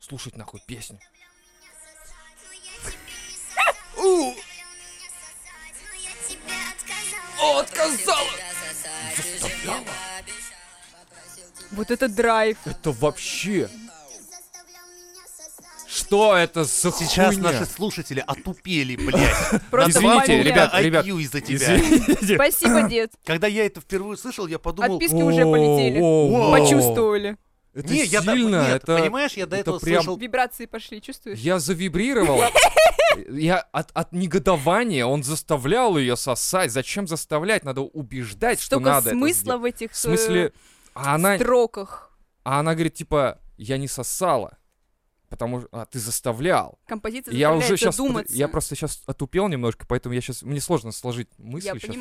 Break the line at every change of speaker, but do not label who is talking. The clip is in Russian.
слушать нахуй песню.
У!
О, отказала!
Заставляла?
Вот это драйв.
Это вообще... Что это за
Сейчас
хуйня?
наши слушатели отупели, блядь.
Просто
Извините,
маньяк.
ребят,
IQ
ребят,
из-за тебя.
Извините.
Спасибо, дед.
Когда я это впервые слышал, я подумал...
Отписки уже полетели.
О, о, о.
Почувствовали.
Это
Не, я до-
сильно,
нет,
это...
понимаешь, я до
это
этого
прям-
слышал...
Вибрации пошли, чувствуешь?
Я завибрировал. Я от, от негодования, он заставлял ее сосать. Зачем заставлять? Надо убеждать, что
Столько э,
надо это
смысла
сделать.
в этих
В смысле, а она,
э, строках.
а она говорит, типа, я не сосала, потому что а, ты заставлял.
Композиция
Я уже
заставляет
сейчас,
задуматься.
я просто сейчас отупел немножко, поэтому я сейчас, мне сложно сложить мысли
Я
сейчас.